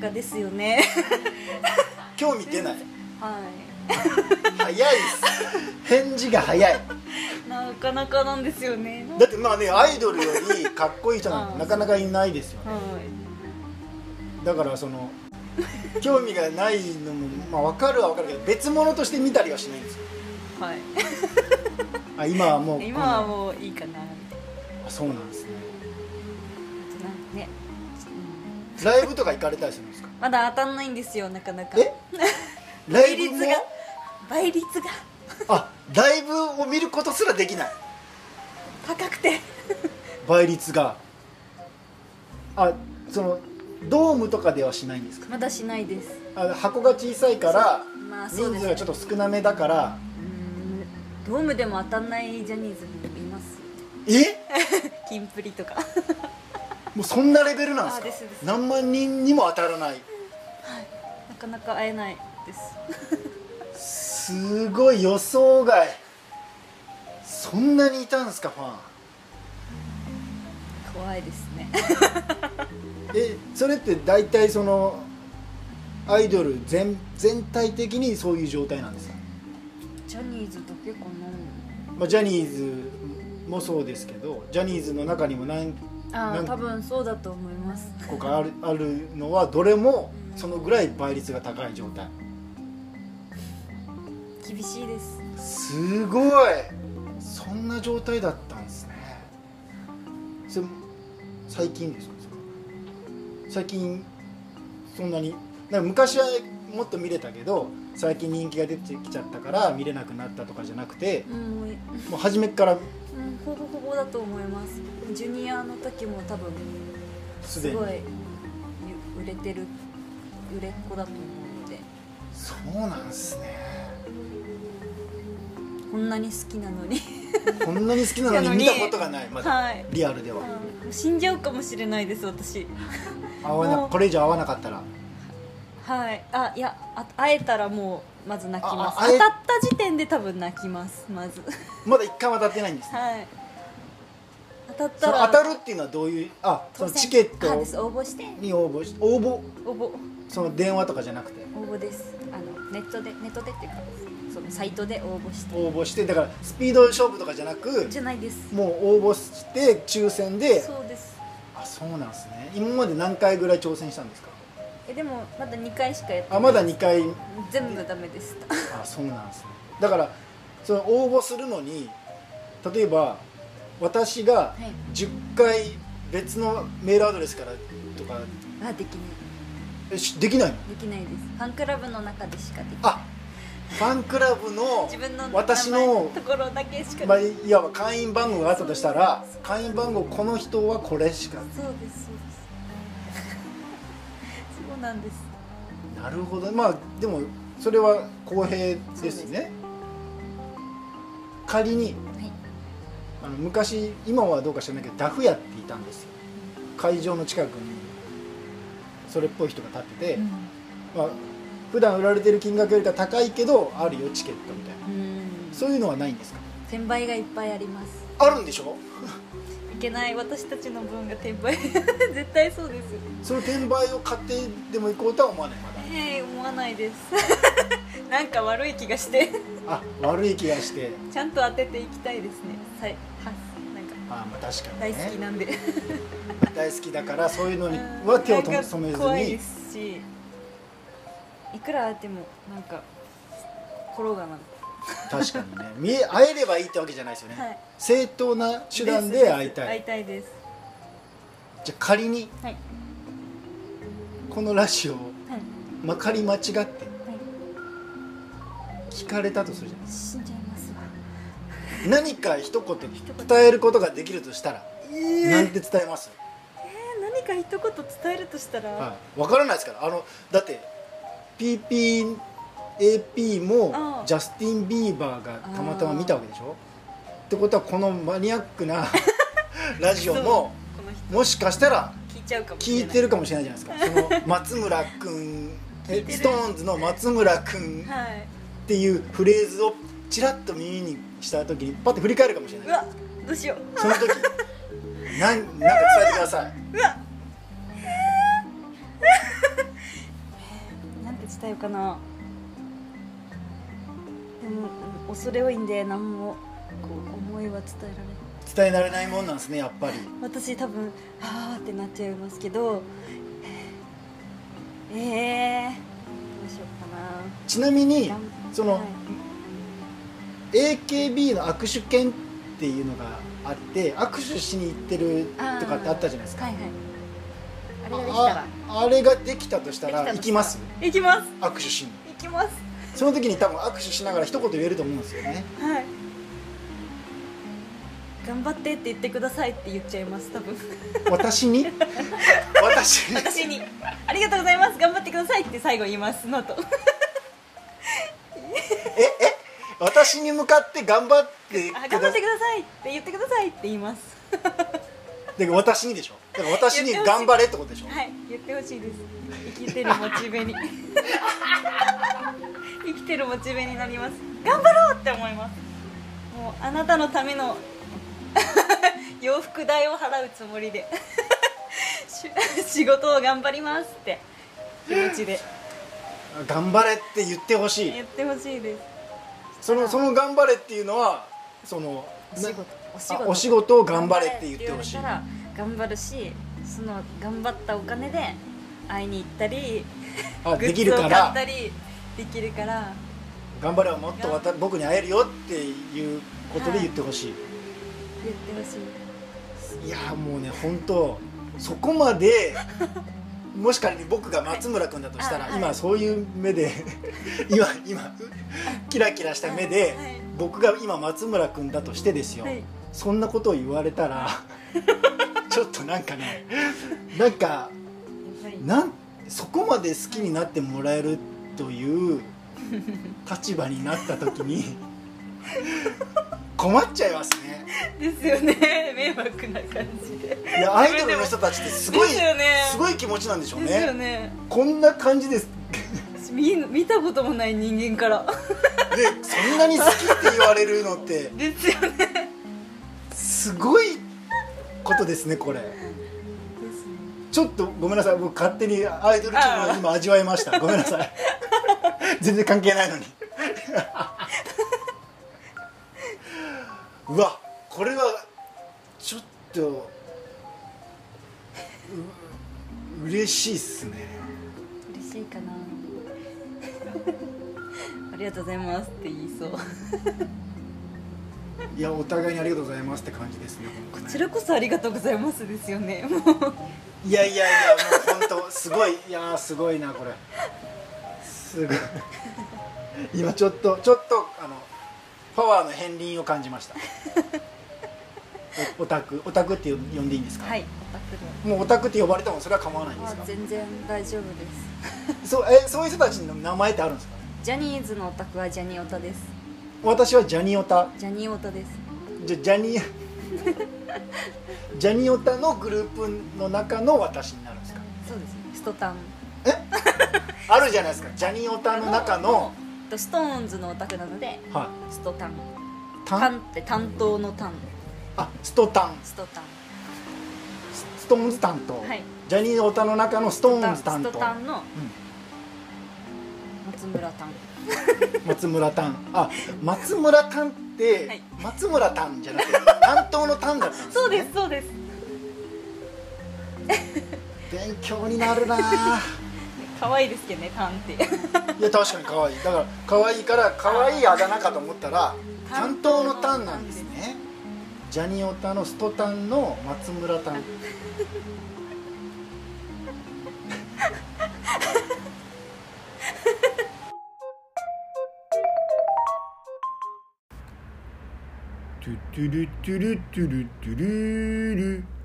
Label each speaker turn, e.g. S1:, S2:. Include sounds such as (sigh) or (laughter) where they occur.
S1: 家ですよ (laughs) ね
S2: 今日見てない
S1: は
S2: 早いっす返事が早い
S1: いなかなかなんですよね
S2: だってまあねアイドルよりかっこいい人なんてなかなかいないですよね
S1: はい
S2: だからその興味がないのもまあ分かるは分かるけど別物として見たりはしないんですよ
S1: はい
S2: あ今はもう
S1: 今は
S2: う
S1: もういいかなみたい
S2: あそうなんですね
S1: ななんかね、うん
S2: ライブとか行かれたりするんです (laughs) か
S1: まだ当たんないんですよなかなか
S2: えラ
S1: 倍
S2: イブ
S1: 率
S2: も
S1: が倍率が
S2: あライブを見ることすらできない
S1: 高くて
S2: 倍率があそのドームとかではしないんです
S1: (laughs)
S2: か
S1: まだしないです
S2: あ箱が小さいから
S1: まあそう
S2: 人
S1: です
S2: 数がちょっと少なめだから
S1: うんドームでも当たんないジャニーズもいます
S2: え
S1: (laughs) キンプリとか
S2: もうそんなレベルなんです
S1: あ
S2: か
S1: ですです
S2: 何万人にも当たらない
S1: (laughs) なかなか会えないです
S2: すごい予想外そんなにいたんですかファン
S1: 怖いですね
S2: えそれって大体そのアイドル全全体的にそういう状態なんですか、
S1: ジャニーズだけか
S2: まあ、ジャニーズもそうですけどジャニーズの中にも何
S1: なあ
S2: な
S1: あ
S2: ん
S1: 多分そうだと思います
S2: 個かあるあるのはどれもそのぐらい倍率が高い状態
S1: 厳しいです
S2: すごいそんな状態だったんですねそれ最近ですかそれ最近そんなになんか昔はもっと見れたけど最近人気が出てきちゃったから見れなくなったとかじゃなくて
S1: うん、うん、
S2: もう初めっから
S1: ほぼほぼだと思いますジュニアの時も多分
S2: す
S1: す
S2: でに
S1: ごい売れてる売れっ子だと思うので
S2: そうなんですね
S1: こんなに好きなのに
S2: こんなに好きなのに
S1: (laughs)
S2: 見たことがないまだ
S1: はい
S2: リアルでは
S1: うん死んじゃうかもしれないです私
S2: 合わなこれ以上合わなかったら
S1: はいあいやあ会えたらもうまず泣きます
S2: ああ会
S1: 当
S2: え
S1: たった時点で多分泣きますまず
S2: まだ一回も当たってないんです
S1: はい当たっ
S2: そ
S1: た
S2: の
S1: ら
S2: 当たるっていうのはどういうあその
S1: 当選
S2: チケッ
S1: あです
S2: ト
S1: 応募して
S2: に応募し応募
S1: 応募
S2: その電話とかじゃなくて
S1: 応募ですあのネットでネットでっていうかそのサイトで応募して
S2: 応募してだからスピード勝負とかじゃなく
S1: じゃないです
S2: もう応募して抽選で
S1: そうです
S2: あそうなんですね今まで何回ぐらい挑戦したんですか
S1: えでもまだ2回しかやって
S2: あまだ2回
S1: 全部ダメでした (laughs)
S2: あそうなんですねだからその応募するのに例えば私が
S1: い
S2: 10回別のメールアドレスからとか
S1: あできな
S2: えしできないの
S1: いできないですファンクラブの中でしかできない
S2: あファンクラブの
S1: (laughs) 自分の名前
S2: 私の
S1: ところだけしかでき
S2: ま
S1: な
S2: あ、
S1: い
S2: いわば会員番号があったとしたら会員番号この人はこれしか
S1: そうです (laughs) そうですそうなんです
S2: なるほどまあでもそれは公平ですね仮に
S1: はい
S2: あの昔今はどうか知らないけどダフ屋っていたんですよ会場の近くにそれっぽい人が立ってて、まあ普段売られてる金額よりか高いけどあるよチケットみたいな
S1: うん
S2: そういうのはないんですか
S1: 転売がいっぱいあります
S2: あるんでしょ
S1: いけない私たちの分が転売 (laughs) 絶対そうです
S2: その転売を買ってでも行こうとは思わないまだ
S1: ええ思わないです (laughs) なんか悪い気がして
S2: あ悪い気がして
S1: ちゃんと当てていきたいですねはいはなんか
S2: あまあ確かに
S1: 大
S2: ね
S1: 好きなんで、
S2: 大好きだからそういうのに
S1: うん
S2: は手をと
S1: なんか
S2: 染めず
S1: 怖い
S2: に
S1: ですしいくらあってもなんか転がな
S2: 確かにね見え会えればいいってわけじゃないですよね、
S1: はい
S2: 正当な手段で会いた
S1: 会い
S2: い
S1: たいです
S2: じゃあ仮に
S1: はい
S2: このラジオを
S1: はい
S2: まかり間違って
S1: はい
S2: 聞かれたとするじゃないで
S1: 死んじゃいますわ
S2: すか何か一言
S1: 言
S2: 伝えることができるとしたら
S1: え
S2: なんて伝えます、
S1: 何か一言伝えるとしたら、
S2: はい、分からないですからあのだって PPAP も
S1: うん
S2: ジャスティン・ビーバーがたまたま見たわけでしょってことはこのマニアッ
S1: (laughs)
S2: クなラジオ
S1: そう
S2: も
S1: この人
S2: もしかしたら
S1: 聞いちゃうかもしれ
S2: 聞
S1: ない
S2: いてるかもしれないじゃないですかその松村君
S1: 聞いてる
S2: ストーンズの松村君っ
S1: はい
S2: ていうフレーズをちらっと耳にした時にパッて振り返るかもしれ
S1: う
S2: ない
S1: わどうしよう
S2: その時なんなんか伝えてくださいう
S1: わ伝えようかなでもうん恐れ多いんで何もこう思いは伝えられない
S2: 伝えられないもんなんですねやっぱり
S1: 私多分「あー」ってなっちゃいますけどえーえー、どうしようかな
S2: ちなみに
S1: 頑
S2: その、
S1: はい
S2: AKB の握手券っていうのがあって握手しに行ってるとかってあったじゃないですか
S1: はいはいあれができたら
S2: あああれができたとしたら
S1: できたとしたら
S2: 行きます
S1: 行きます
S2: 握手しに
S1: 行きます
S2: その時に多分握手しながら一言言えると思うんですよね
S1: はい頑張ってって言ってくださいって言っちゃいます多分
S2: 私に私に
S1: 私に「ありがとうございます頑張ってください」って最後言いますのと
S2: 私に向かって頑張って
S1: あ「
S2: く
S1: 頑張
S2: だ
S1: っ
S2: さ
S1: て
S2: い
S1: ください」って言ってくださいって言います
S2: だから私にでしょだから私に頑張れってことでしょ
S1: はい言ってほしいです生きてるモチベに生きてるモチベになります頑張ろうって思いますもうあなたのための (laughs) 洋服代を払うつもりで (laughs) し仕事を頑張りますって気持ちで
S2: 頑張れって言ってほしい
S1: 言ってほしいです
S2: そのその頑張れっていうのはその
S1: お仕事お仕
S2: あ
S1: 事
S2: お仕事を頑張れって言ってほしい
S1: 頑張れって言われたら頑張るしその頑張ったお金で会いに行ったり
S2: あ
S1: グ
S2: で
S1: ッ
S2: き
S1: ズ
S2: る
S1: を買
S2: か
S1: っ
S2: ら
S1: たりできるから
S2: 頑張ればもっとわた僕に会えるよっていうことで言ってほしい、
S1: 言ってほしい
S2: い、やーもうね本当そこまで (laughs) もし仮に僕が松村君だとしたら、
S1: はいあはい
S2: 今そういう目で (laughs) 今今キラキラした目で、
S1: はい
S2: 僕が今松村君だとしてですよ、
S1: はい
S2: そんなことを言われ
S1: (laughs)
S2: たらちょっとなんかねなんかなんそこまで好きになってもらえるという立場になった時に困っちゃいますね
S1: ですよね (laughs) 迷惑な感じで
S2: いやアイドルの人たちってすごい
S1: ですよね
S2: すごい気持ちなんでしょう
S1: ですよ
S2: ね
S1: ね
S2: こんな感じです
S1: 私見見たこともない人間から
S2: でそんなに好きって言われるのって
S1: ですよねですね
S2: すごいことですねこれちょっとごめんなさい僕勝手にアイドル気分を今味わいましたごめんなさい全然関係ないのにうわこれはちょっとう嬉しいっすね
S1: 嬉しいかなありがとうございますって言いそうこ
S2: いやお互いにありがとうございますって感じですね本当ね
S1: ちらこそありがとうございますですよねもう
S2: いやいやいやもう本当すごいいやーすごいなこれすごい今ちょっとちょっとあのパワーの片鱗を感じましたおオタクオタクって呼んでいいんですか、
S1: はいオタクで
S2: もうオタクって呼ばれてもそれは構わないんです
S1: あ
S2: か
S1: 全然大丈夫です
S2: そうえそういう人たちの名前ってあるんですか
S1: ジャニーズのオタクはジャニオタです
S2: 私はジャニオタ
S1: ジャニオタです
S2: じゃジャニ (laughs) ジャニオタのグループの中の私になるんですか
S1: そうですねストタン
S2: あるじゃないですかジャニオタの中の、
S1: とストーンズのオタクなので
S2: は
S1: ストタン
S2: い、
S1: タ
S2: タン
S1: ンって担当のタン
S2: あストタン
S1: ストタン
S2: ストーンズ担当、
S1: はい
S2: ジャニーズオタの中のストーンズ担当
S1: ストタンの松村タン
S2: うん松村タンあ松村タンって、
S1: はい
S2: 松村タンじゃなくて担当のタンだったんです、ね、
S1: そうですそうです
S2: 勉強になるなあ
S1: 可愛いですけどねタンって
S2: いや確かに可愛いだから可愛いから可愛いあだ名かと思ったら担当のタンなんですねジャニオタのストタンの松村タントゥトゥルトゥルトゥルトゥルル